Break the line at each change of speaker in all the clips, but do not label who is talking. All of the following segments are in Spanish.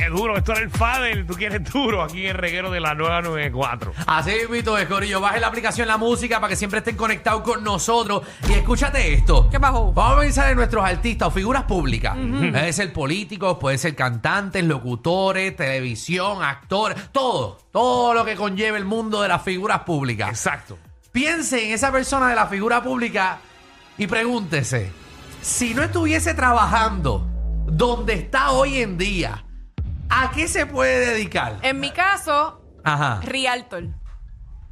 Es duro, esto era el Fadel, tú quieres duro aquí en el reguero de la 994.
Así invito es, Corillo. Baje la aplicación La Música para que siempre estén conectados con nosotros. Y escúchate esto.
¿Qué pasó?
Vamos a pensar en nuestros artistas o figuras públicas. Pueden ser políticos, pueden ser cantantes, locutores, televisión, actores, todo. Todo lo que conlleve el mundo de las figuras públicas.
Exacto.
Piense en esa persona de la figura pública y pregúntese, si no estuviese trabajando donde está hoy en día, ¿a qué se puede dedicar?
En mi caso,
Ajá.
Rialtor.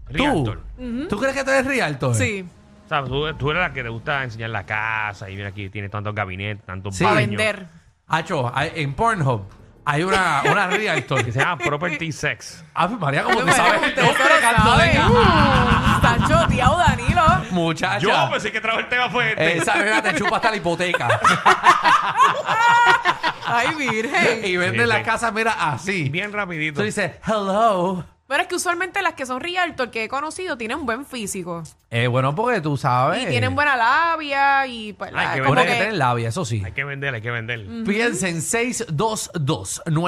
¿Tú?
Realtor.
¿Tú crees que tú eres realtor?
Sí.
O sea, tú, tú eres la que te gusta enseñar la casa y mira aquí tiene tantos gabinetes, tantos
Sí.
Para
baños.
vender.
Hacho, hay- en Pornhub hay una, una realtor que
Que
se
se
llama...
llama Property Sex.
Ah, pues, María, como
Yo
te
me-
sabes el
usted
nombre,
se lo
canto de
sabe.
caja.
Está choteado, Danilo.
Muchacha.
Yo pues, pensé que trajo el tema fue este.
Esa bebé te chupa hasta la hipoteca.
Ay, virgen.
y vende
Sí,
la
sí.
casa, mira, así.
Bien rapidito.
Tú dices, hello.
Pero es que usualmente las que son Rialtor que he conocido tienen un buen físico.
Eh, bueno, porque tú sabes.
Y tienen buena labia y pues, la-
Ay, qué
como
Bueno, hay
buena
que-
que tener labia, eso sí.
Hay que vender, hay que vender.
Mm. Piensa en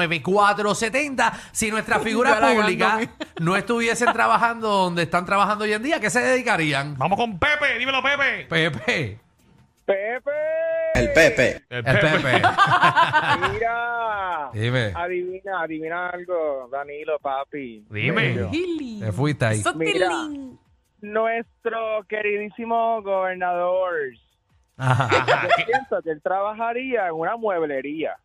622-9470. Si nuestra figura
Yo la
pública
ganándome.
no estuviesen trabajando donde están trabajando hoy en día, ¿qué se dedicarían?
Vamos con Pepe, dímelo Pepe.
Pepe.
El Pepe.
El
El Pepe.
Mira,
Dime.
adivina, adivina algo, Danilo, papi.
Dime.
Gili.
Te fuiste ahí.
Sotilín.
Nuestro queridísimo gobernador.
Ajá.
Ajá,
Yo
que-
pienso que él trabajaría en una mueblería.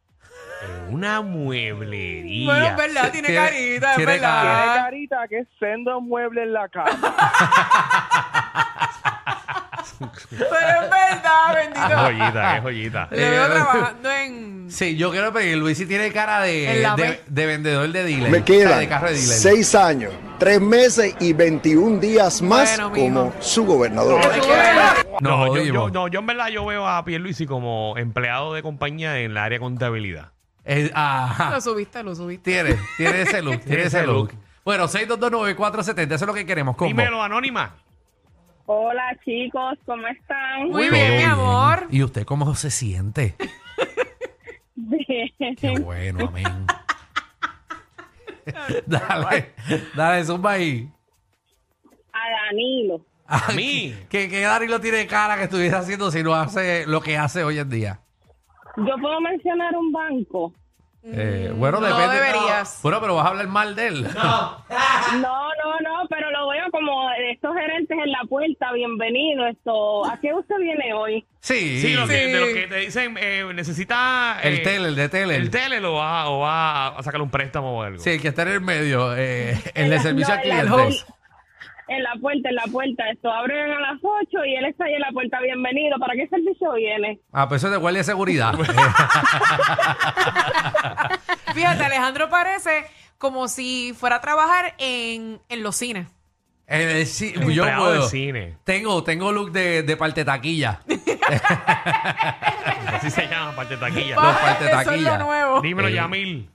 Una mueblería.
Bueno, es verdad, tiene
Tiene-
carita,
tiene
es
Tiene
verdad.
carita que es sendo mueble en la cama.
Pero es verdad,
Es
Ah,
bendito.
joyita, es joyita.
Le
Eh,
veo trabajando en...
Sí, yo quiero pedir. Luis sí tiene cara de,
En la
de,
B.
de vendedor de dealer.
Me
O sea,
quedan
de carro de dealer.
seis años, tres meses y 21 días más
Bueno, mijo.
como su gobernador.
No,
No, yo,
jodimos.
yo- no, yo en verdad yo veo a Pierluisi como empleado de compañía en el área de contabilidad.
Eh, ajá.
Lo subiste, lo subiste.
Tiene, tiene ese look. tiene ese
ese
look.
look.
Bueno, 6229470, eso es lo que queremos. Combo.
Dímelo, Anónima.
Hola chicos, ¿cómo están?
Muy
Todo
bien, mi amor.
¿Y usted cómo se siente?
Bien.
Qué bueno, amén. dale, dale, zumba ahí.
A Danilo.
Ah,
A mí.
Que, que Danilo tiene cara que estuviera haciendo si no hace lo que hace hoy en día.
Yo puedo mencionar un banco.
Eh, bueno,
no
depende.
deberías.
Bueno, pero vas a hablar mal de él.
No, no, no, pero lo veo como estos gerentes en la puerta. Bienvenido. Esto, ¿a qué usted viene hoy?
Sí,
Sí, lo que,
Sí.
de lo que te dicen, eh, necesita...
El
eh,
tele, el de tele.
El tele lo va, o va a sacar un préstamo o algo.
Sí, el que está en el medio, eh, el de servicio
No,
al
en la-
cliente.
En la puerta, en la puerta. Esto abren a las 8 y él está ahí en la puerta. Bienvenido. ¿Para qué servicio viene?
Ah, pues eso es de guardia de seguridad.
Fíjate, Alejandro parece como si fuera a trabajar en, en los cines.
En el ci- Eh, yo
Empleado de
puedo.
cine.
Tengo, tengo look de, de parte taquilla.
Así se llama, aparte de taquilla.
Pa- parte
eso es
taquilla.
lo nuevo.
Dímelo,
Eh.
Yamil.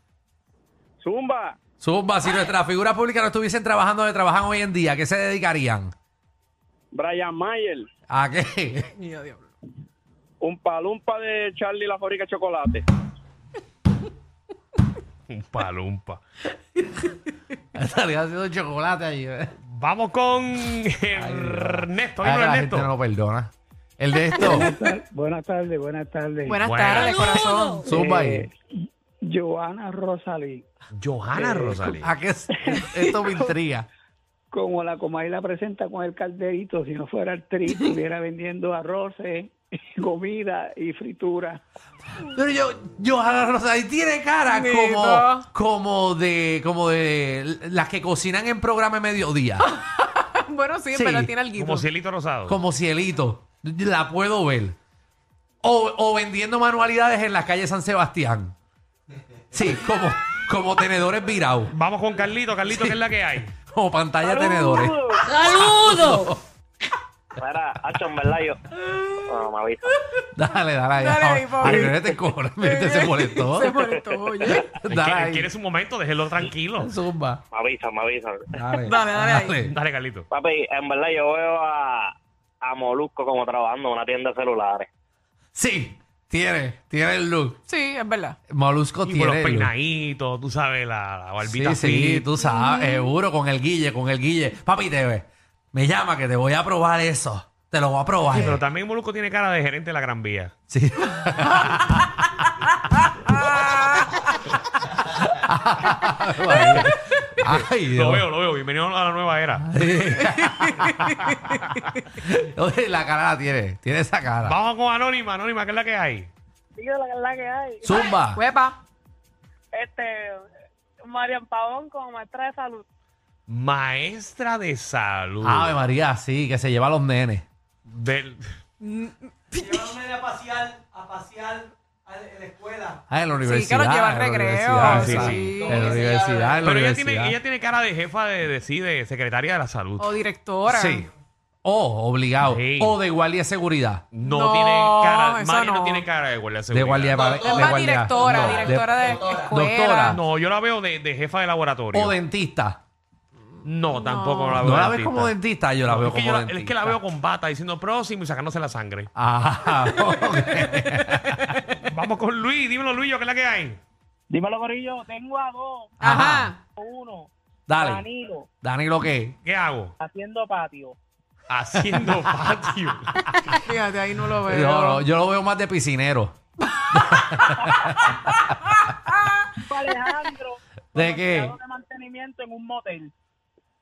Zumba,
Zumba, si nuestras figuras públicas no estuviesen trabajando donde trabajan hoy en día, ¿qué se dedicarían?
Brian Mayer,
¿A qué?
Mío, diablo.
un palumpa de Charlie la fábrica de chocolate.
Un palumpa.
Estaría haciendo chocolate ahí. ¿eh?
Vamos con Ernesto. Dímelo,
Ah, que la
Ernesto.
gente no perdona. El de esto,
Buenas tardes, buenas tardes.
Buenas
Buenas.
tardes, corazón.
zumba ahí.
Eh, Joana Rosalí,
Eh,
Johanna Rosalí.
¿A qué? se- Esto me intriga.
como la Comay la presenta con el calderito, si no fuera el tri, estuviera vendiendo arroces, comida y fritura.
Pero yo, Johanna Rosalí tiene cara como,
Nito.
como de, como de las que cocinan en programa de mediodía.
bueno, sí,
Sí,
pero tiene alguito.
Como cielito rosado.
como cielito. La puedo ver. O, o vendiendo manualidades en la calle San Sebastián. Sí, como, como tenedores virados.
Vamos con Carlito, Carlito, ¿qué es la que hay?
Como pantalla de tenedores.
¡Saludos!
Mira, hacho, en verdad yo. Bueno, me avisa.
Dale, dale ahí.
Dale ahí,
Ay,
papi.
mira, te cojones, mira, este se molestó.
Se molestó, oye.
Es
Dale
que-
ahí.
¿Quieres un momento? Déjelo tranquilo.
Zumba.
Me avisa, me avisa.
Dale,
Dale, dale ahí.
Dale, Carlito.
Papi, en verdad yo veo a, a Molusco como trabajando en una tienda de celulares.
Sí, tiene, tiene el look.
Sí, es verdad.
Molusco
Y
tiene.
con los
el look.
peinaditos, tú sabes, la, la barbita
Sí, sí,
fit.
tú sabes,
Mm.
seguro, con el guille, con el guille. Papi, te ve. Me llama que te voy a probar eso. Te lo voy a probar.
Sí,
eh.
pero también Molusco tiene cara de gerente de la Gran Vía.
Sí. Ay,
Lo
Dios.
veo, lo veo. Bienvenido a la nueva era.
Oye, la cara la tiene, tiene esa cara.
Vamos con Anónima, Anónima, ¿qué es la que hay?
Digo la verdad que hay.
Zumba.
Huepa.
Este, Marian Pavón como maestra de salud.
Maestra de salud.
pues.
Ave María, sí, que se lleva a los nenes.
Del-
Ah, en la universidad.
que los lleva al
en la
recreo,
universidad,
sí,
exacto.
sí.
En la universidad, en
Pero
la
ella
universidad. Oh,
tiene, ella tiene cara de jefa de, de, sí, de secretaria de la salud.
O directora.
Sí. O obligado.
Sí.
O de guardia de seguridad.
No,
No,
tiene cara.
esa
Mari no.
no.
tiene cara de guardia de
De
seguridad.
guardia de
Es más
guardia-
directora,
no, de-
directora de, escuela.
Doctora.
No, yo la veo de, de jefa de laboratorio.
O dentista.
No, tampoco la veo.
¿No la ves
dentista.
como dentista? Yo la
No,
veo
es que
como
yo la-
dentista.
es que la veo con bata diciendo próximo y sacándose la sangre.
Ah,
Vamos con Luis, dímelo Luis, ¿qué es la que hay?
Dímelo, Corillo, tengo a dos,
Ajá.
uno,
Dale. Danilo, ¿qué?
¿Qué hago?
haciendo patio.
Haciendo patio.
Fíjate, ahí no lo
Yo,
veo.
lo- yo lo veo más de piscinero.
Alejandro,
¿De qué?
de mantenimiento en un motel.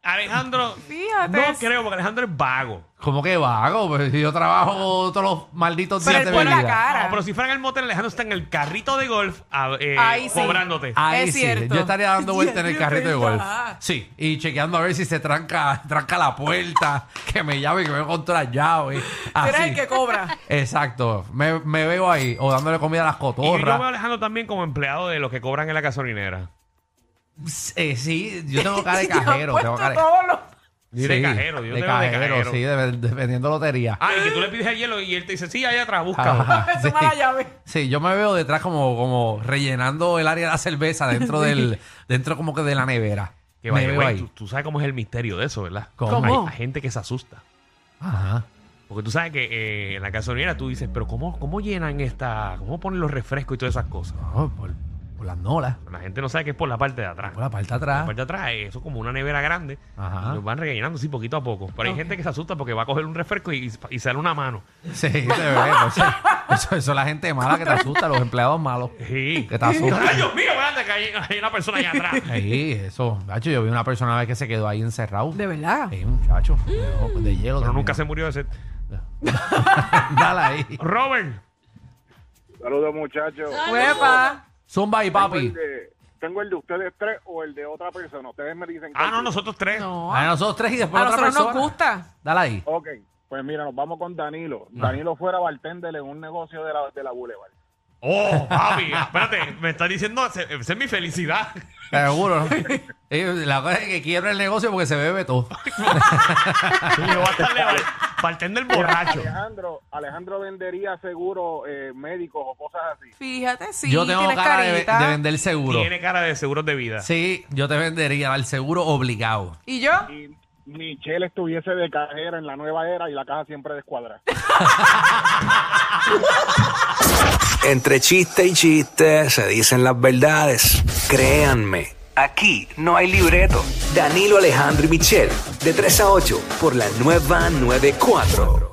Alejandro.
Fíjate.
No creo, porque Alejandro es vago.
¿Cómo que vago? Pues si yo trabajo todos los malditos
Pero
días
él
de
pone
mi
la
vida.
cara.
No, pero si fuera en el motel, Alejandro está en el carrito de golf a- eh,
Ahí sí.
cobrándote.
Ahí
Es
sí,
cierto.
yo estaría dando vueltas en el
Es
carrito de golf.
verdad.
Sí, y chequeando a ver si se tranca, tranca la puerta, que me llave, que me contra la llave.
Tú eres
Así.
el que cobra.
Exacto, me, me veo ahí, o dándole comida a las
Y yo veo a
cotorras.
Alejandro también como empleado de los que cobran en la gasolinera.
Eh, sí, yo tengo cara de
Te han
cajero,
puesto
tengo cara de,
todos los-
De cajero, yo
de
te veo de
cajero,
cajero.
sí, de- dependiendo lotería.
Ah, y que tú le pides el hielo y él te dice, sí, allá atrás, búscalo.
Ajá,
Toma la llave.
Sí, yo me veo detrás como, como rellenando el área de la cerveza dentro del, dentro como que de la nevera.
Que
me
vaya,
veo
güey,
ahí.
tú, tú sabes cómo es el misterio de eso, ¿verdad?
¿Cómo?
Hay, hay gente que se asusta.
Ajá.
Porque tú sabes que eh, en la gasolinera tú dices, pero ¿cómo, cómo llenan esta, cómo ponen los refrescos y todas esas cosas?
No, Oh, por, por las nolas,
Pero la gente no sabe que es por la parte de atrás.
por la parte de
La
atrás.
parte de atrás, eh, eso es como una nevera grande.
Ajá.
Y los van rellenando así poquito a poco. Pero hay gente que se asusta porque va a coger un refresco y, y sale una mano.
Sí, te ve. no sé. Eso, eso es la gente mala que te asusta, los empleados malos.
Sí.
Que te asustan.
¡Ay, Dios mío! Espérate, que hay, hay una persona allá atrás.
Sí, eso. Hacho, yo vi una persona una vez que se quedó ahí encerrado.
De verdad.
Sí, un chacho.
Mm.
no, pues, de hielo.
Pero
también.
nunca se murió de sed.
Dale ahí.
Robert.
Saludos, muchachos.
Huepa.
Zumba y papi.
¿Tengo el de ustedes tres o el de otra persona? Ustedes me dicen
Ah, no, nosotros tres.
No.
A
A
nosotros tres y después otra
nosotros
persona.
nos gusta.
Dale ahí.
Ok, pues mira, nos vamos con Danilo. Danilo fuera bartender en un negocio de la, de la Boulevard.
Oh, papi. espérate, me está diciendo, ese- esa es mi felicidad.
Seguro. ¿no? Eh, La cosa es que quiebra el negocio porque se bebe todo.
Le va a estar levar- partiendo el borracho.
Alejandro, Alejandro vendería seguro eh, médicos o cosas así.
Fíjate, sí,
yo tengo
tienes
cara de, ve-
carita.
de vender seguro.
Tiene cara de seguros de vida.
Sí, yo te vendería al seguro obligado.
¿Y yo?
Y Michelle estuviese de cajera en la nueva era y la caja siempre descuadra.
Entre chiste y chiste se dicen las verdades. Créanme, aquí no hay libreto. Danilo Alejandro y Michel, de 3 a 8, por la nueva 94.